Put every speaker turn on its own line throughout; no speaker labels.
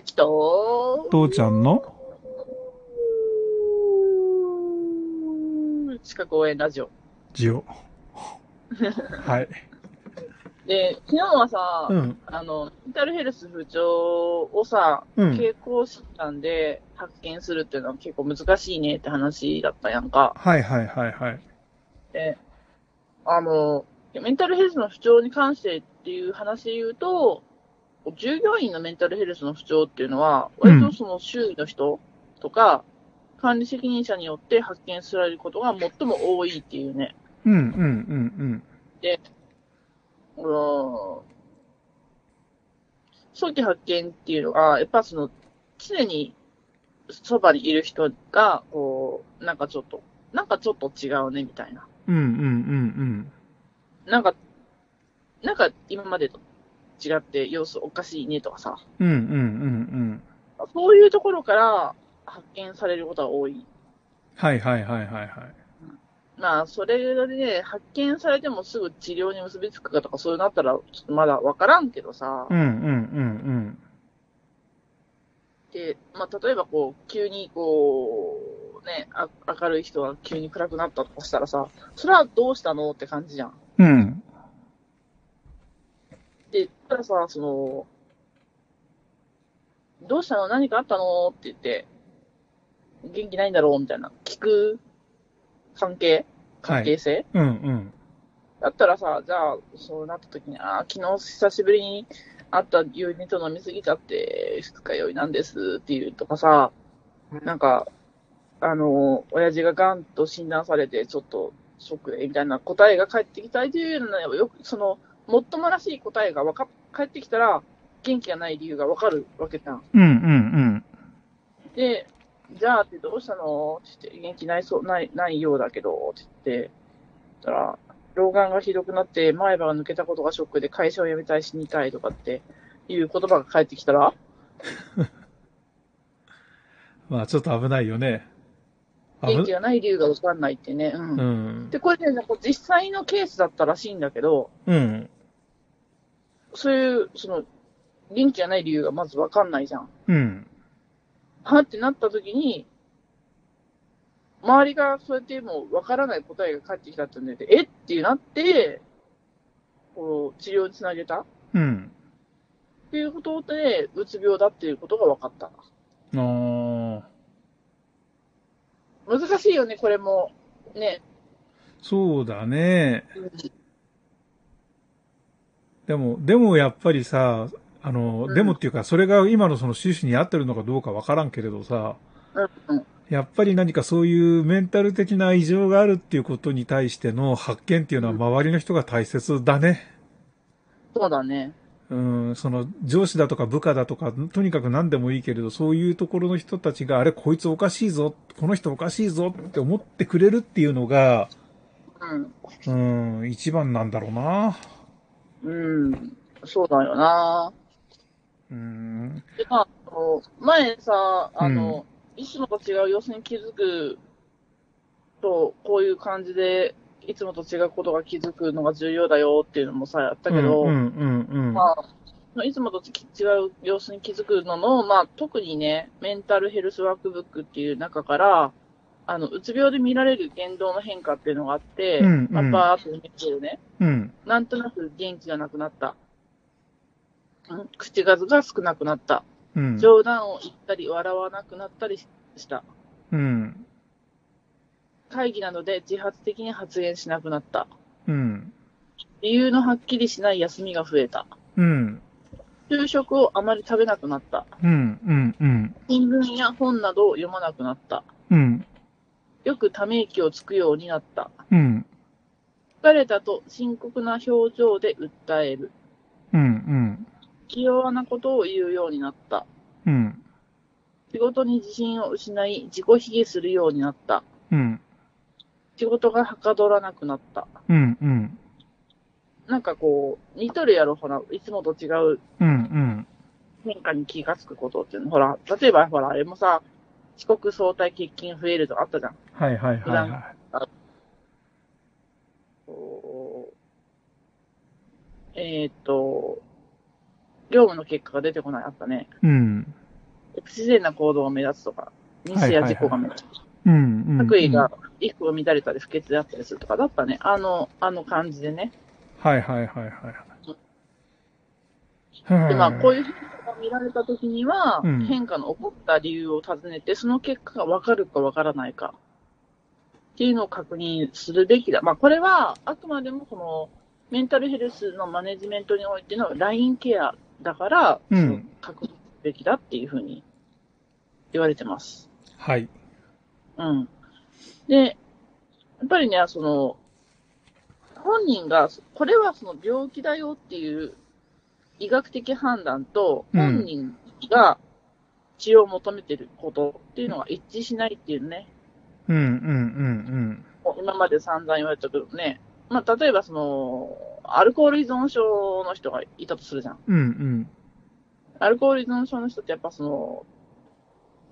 人
父ちゃんの
地下公園ラジオ。
ジオ。はい。
で、昨日はさ、
うん。
あの、メンタルヘルス不調をさ、
うん。
傾向診断で発見するっていうのは結構難しいねって話だったやんか。
はいはいはいはい。
で、あの、メンタルヘルスの不調に関してっていう話で言うと、従業員のメンタルヘルスの不調っていうのは、割
うん
とその周囲の人とか、管理責任者によって発見されることが最も多いっていうね。
うんうんうん
うーん早期発見っていうのが、やっぱその、常にそばにいる人が、こう、なんかちょっと、なんかちょっと違うね、みたいな。
うん。うんうんうん
なんか、なんか今までと違って様子おかしいねとかさ、
うん。うんうんうんうん。
そういうところから発見されることが多い。
はいはいはいはいはい。
まあ、それでね、発見されてもすぐ治療に結びつくかとかそうなったら、ちょっとまだわからんけどさ、
うんうんうん
で、まあ、例えばこう、急にこう、ね、あ明るい人が急に暗くなったとかしたらさ、それはどうしたのって感じじゃん。
うん。うん。
で、たださ、その、どうしたの何かあったのって言って、元気ないんだろうみたいな、聞く関係
は
関
い。
係性、
うんうん。
だったらさ、じゃあ、そうなった時に、ああ、昨日久しぶりに会った友人と飲みすぎちゃって、二日酔いなんですっていうとかさ、なんか、あの、親父がガンと診断されて、ちょっとショックで、みたいな答えが返ってきたりというのは、よく、その、もっともらしい答えがわか返ってきたら、元気がない理由がわかるわけじゃん。
うんうん
で、じゃあってどうしたのって言って、元気ないそう、ない、ないようだけど、って言って、たら、老眼がひどくなって、前歯が抜けたことがショックで会社を辞めたい、死にたいとかっていう言葉が返ってきたら、
うん。まあちょっと危ないよね。危
元気がない理由がわかんないってね。うん。
うん。
で、これね、なんか実際のケースだったらしいんだけど、
うん。
そういう、その、元気がない理由がまずわかんないじゃん。
うん。
はってなった時に、周りがそうやってもうわからない答えが返ってきたってんで、えってなって、こう、治療につなげたっ
うん。
ていうことで、うつ病だっていうことが分かった。
あー
難しいよね、これも。ね。
そうだね。
うん
でも、でもやっぱりさ、あの、
うん
でもっていうか、それが今のその趣旨に合ってるのかどうかわからんけれどさ、
うんうん
やっぱり何かそういうメンタル的な異常があるっていうことに対しての発見っていうのは
うん
周りの人が大切だね。
そうだね。
うん、その上司だとか部下だとか、とにかく何でもいいけれど、そういうところの人たちが、あれ、こいつおかしいぞ、この人おかしいぞって思ってくれるっていうのが、
うん。
うん、一番なんだろうな。
うん。そうだよな。
うん、
で、まあ、あの前さ、あの、いつもと違う様子に気づくと、こういう感じで、いつもと違うことが気づくのが重要だよっていうのもさ、やったけど、
うんうんうんうん。
まあ、いつもと違う様子に気づくのの、まあ、特にね、メンタルヘルスワークブックっていう中から、あの、うつ病で見られる言動の変化っていうのがあって、
うん
ま
う
あ
ん
バーって見てるね。
うん。
なんとなく元気がなくなった。うん口数が少なくなった。
うん。
冗談を言ったり、笑わなくなったりしした。
うん。
会議などで自発的に発言しなくなった。
うん。
理由のはっきりしない休みが増えた。
うん。
昼食をあまり食べなくなった。
うん。うん。うん。
新聞や本などを読まなくなった。
うん。
よくため息をつくようになった。
うん。
疲れたと深刻な表情で訴える。
うん。
気弱なことを言うようになった。
うん。
仕事に自信を失い、自己卑下するようになった。
うん。
仕事がはかどらなくなった。
うん。うん。
なんかこう、似とるやろ、ほら、いつもと違う
うん。
変化に気がつくことっていうの。ほら、例えばほら、あれもさ、遅刻相対欠勤増えるとかあったじゃん。
はいはいはいはい。
こうえーっと、業務の結果が出てこない、あったね。
うん。
不自然な行動を目立つとか、ミスや事故が目立つ。
うん。うん
白衣。
うん
が衣服を乱れたり不潔であったりするとかだったね。あの、あの感じでね。
はいはいはいはい。
で、まあ、こう
う。
いう変化が見られた時には、
うん
変化の起こった理由を尋ねて、その結果が分かるか分からないか、っていうのを確認するべきだ。まあ、これは、あくまでも、この、メンタルヘルスのマネジメントにおいてのラインケアだから、
うん
その確認すべきだっていうふうに言われてます。
はい。
うん。で、やっぱりね、その、本人が、これはその病気だよっていう医学的判断と、
うん
本人が治療を求めてることっていうのが一致しないっていうね、
うんうんうん
もう今まで散々言われたけどね、まあ、例えばその、アルコール依存症の人がいたとするじゃん。
うん。うん
アルコール依存症の人ってやっぱその、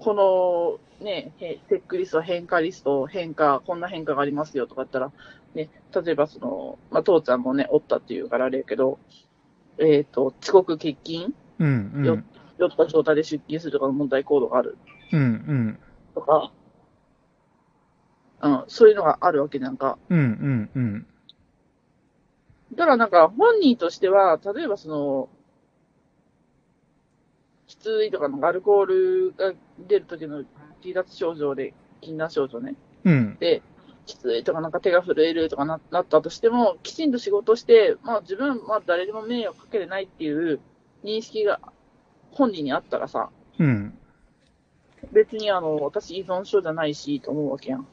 このね、へチェックリスト、変化リスト、変化、こんな変化がありますよとか言ったら、ね、例えばその、まあ、父ちゃんもね、おったっていうからあれやけど、えっ、と、遅刻欠勤、
うん。うんうん。
よ酔った状態で出勤するとかの問題行動がある
うん
とか、うん、そういうのがあるわけじゃんか。
うん。うんうんうん。
だからなんか本人としては、例えばその、きついとかなんかアルコールが出る時の離脱症状で、禁断症状ね。
うん。
きついとかなんか手が震えるとかななったとしても、きちんと仕事して、まあ自分、まあ誰にも迷惑かけてないっていう認識が本人にあったらさ、
うん。
別にあの、私依存症じゃないし、と思うわけやん。っ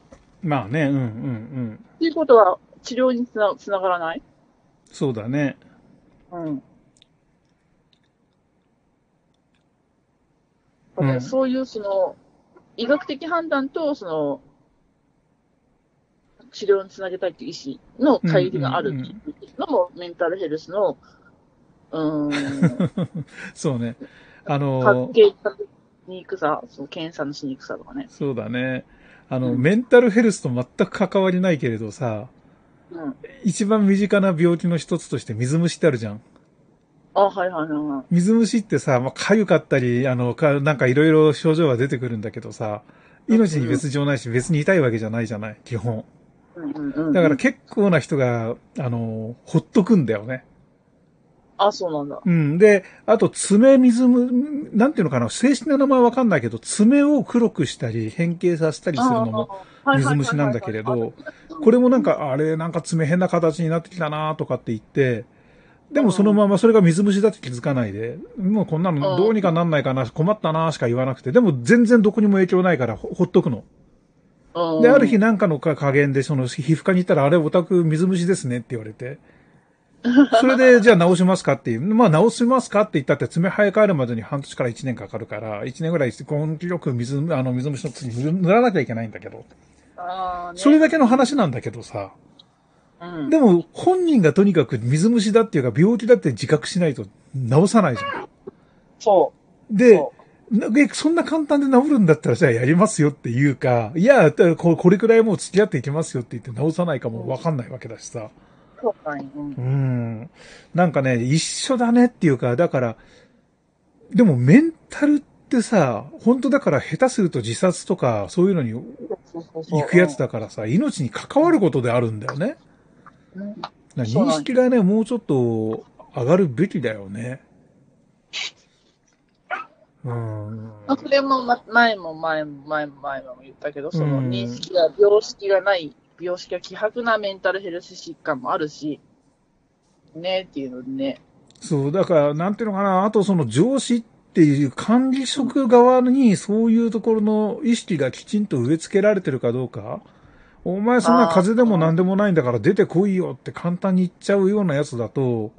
まあね、うんうんうん。
ていうことは治療につなつながらない
そうだね。
うん
うん
だからそういうその医学的判断とその治療につなげたいという意思の乖離があるっていうのもメンタルヘルスのう ーん
そうね。あの
関、係に行くさ、その検査のしにくさとかね。
そうだね。あ
う
の、
ん
メンタルヘルスと全く関わりないけれどさ、
うん。
一番身近な病気の一つとして水虫ってあるじゃん。
あ、はいはいはいはい。
水虫ってさ、まあ、痒かったり、あの、か、なんかいろいろ症状が出てくるんだけどさ、命に別状ないし、別に痛いわけじゃないじゃない、基本。
うんうんうんうん、
だから結構な人が、あの、ほっとくんだよね。
あ、そうなんだ。
うん。で、あと爪水む、なんていうのかな、正式な名前わかんないけど、爪を黒くしたり、変形させたりするのも、
あー
水虫なんだけれ、
はいはいはい
ど、これもなんか、あれ、なんか爪変な形になってきたなとかって言って、でもそのままそれが水虫だって気づかないで、もうこんなのどうにかなんないかな、困ったなしか言わなくて、でも全然どこにも影響ないからほほっとくの。
はいうん
で、ある日なんかのか加減で、その皮膚科に行ったら、あれオタク水虫ですねって言われて、それで、じゃあ直しますかっていう。まあ直しますかって言ったって爪生え変えるまでに半年から1年かかるから、1年ぐらい根気よく水、あの水虫の薬塗らなきゃいけないんだけど、
あーね
それだけの話なんだけどさ、
うん
でも、本人がとにかく水虫だっていうか、病気だって自覚しないと治さないじゃん。
そ
で
そ、
なえそんな簡単で治るんだったら、じゃあやりますよっていうか、いや、だここれくらいもう付き合っていきますよって言って治さないかもわかんないわけだしさ。
う。そうかい。うん
うん。なんかね、一緒だねっていうか、だから、でもメンタルってさ、本当だから下手すると自殺とか、そういうのに
そうそうそう
行くやつだからさ、命に関わることであるんだよね。
うん
な
そう
認
なん
識がね、もうちょっと上がるべきだよね。うん。
まあ、これも、ま、前も前も前も前も言ったけど、そうの
ん
認識が、病識がない、病識が希薄なメンタルヘルス疾患もあるし、ねっていうのでね。
そう、だから、なんていうのかな、あとその上司っていう管理職側にそういうところの意識がきちんと植え付けられてるかどうか、お前そんな風邪でも何でもないんだから出てこいよって簡単に言っちゃうようなやつだと、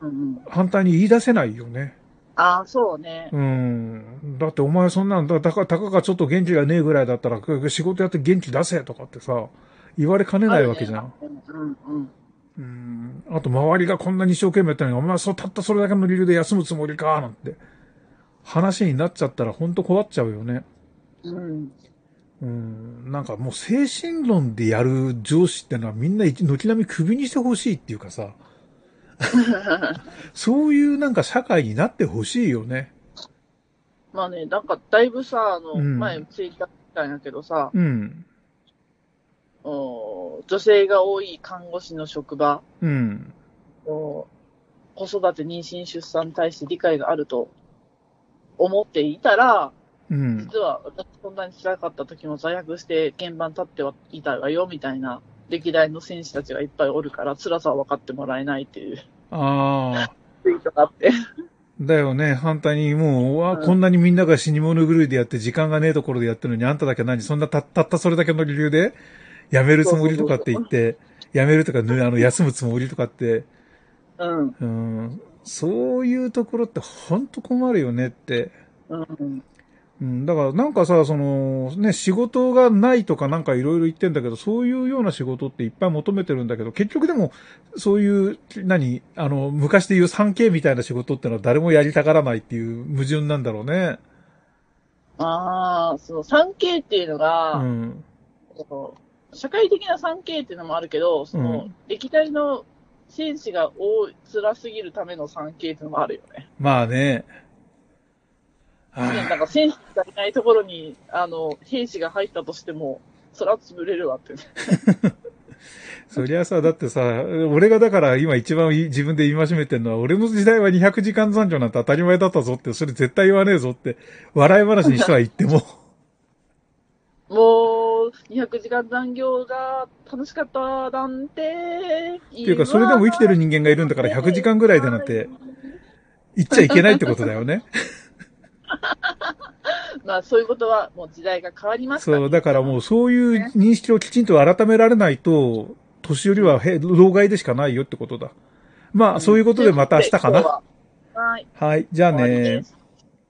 うんうん、
反対に言い出せないよね。
ああ、そうね。
うん。だってお前そんなんだ、だか、たかがちょっと元気がねえぐらいだったら、く仕事やって元気出せとかってさ、言われかねないわけじゃん。
うんうん。
うん。あと周りがこんなに一生懸命やったのに、お前そうたったそれだけの理由で休むつもりか、なんて。話になっちゃったらほんと困っちゃうよね。
うん。
うん。なんかもう精神論でやる上司ってのはみんな一軒並み首にしてほしいっていうかさ、そういうなんか社会になってほしいよね。
まあね、なんかだいぶさ、あの、
うん
前ツイッター見たんやけどさ、
うん。
お女性が多い看護師の職場、
うん。
お子育て、妊娠、出産に対して理解があると思っていたら、
うん。
実は私そんなに辛かった時も罪悪して現場に立ってはいたわよ、みたいな、歴代の選手たちがいっぱいおるから、辛さは分かってもらえないっていう
ああ。
ツイートがあって。
だよね。反対にもう、うわ
うん
こんなにみんなが死に物狂いでやって、時間がねえところでやってるのに、あんただけ何そんなたたったそれだけの理由で、やめるつもりとかって言って、やめるとか、ぬあの、休むつもりとかって、
うん。
うん。そういうところってほんと困るよねって。
うん。
うん、だからなんかさ、その、ね、仕事がないとかなんかいろいろ言ってんだけど、そういうような仕事っていっぱい求めてるんだけど、結局でも、そういう、何、あの、昔で言う産経みたいな仕事ってのは誰もやりたがらないっていう矛盾なんだろうね。
ああ、その 3K っていうのが、
うん。
こう社会的な 3K っていうのもあるけど、その、
うん
歴代の選手が多い、辛すぎるための 3K っていうのもあるよね。
まあね。
ね
あ
なんか選手がいないところに、あの、兵士が入ったとしても、そら潰れるわってね。
そりゃさ、だってさ、俺がだから今一番い自分で戒めてるのは、俺の時代は200時間残業なんて当たり前だったぞって、それ絶対言わねえぞって、笑い話にしては言っても。
もう、200時間残業が楽しかったなんて、って
っていうか、それでも生きてる人間がいるんだから100時間ぐらいでなんて、言っちゃいけないってことだよ ね。
まあ、そういうことは、もう時代が変わりましたね、
そう、だからもうそういう認識をきちんと改められないと、年寄りはへ老害でしかないよってことだ。まあ、そういうことでまた明日か
という
な。
ことで今日ははい。
はい、じゃあ
終わり
ね
で。す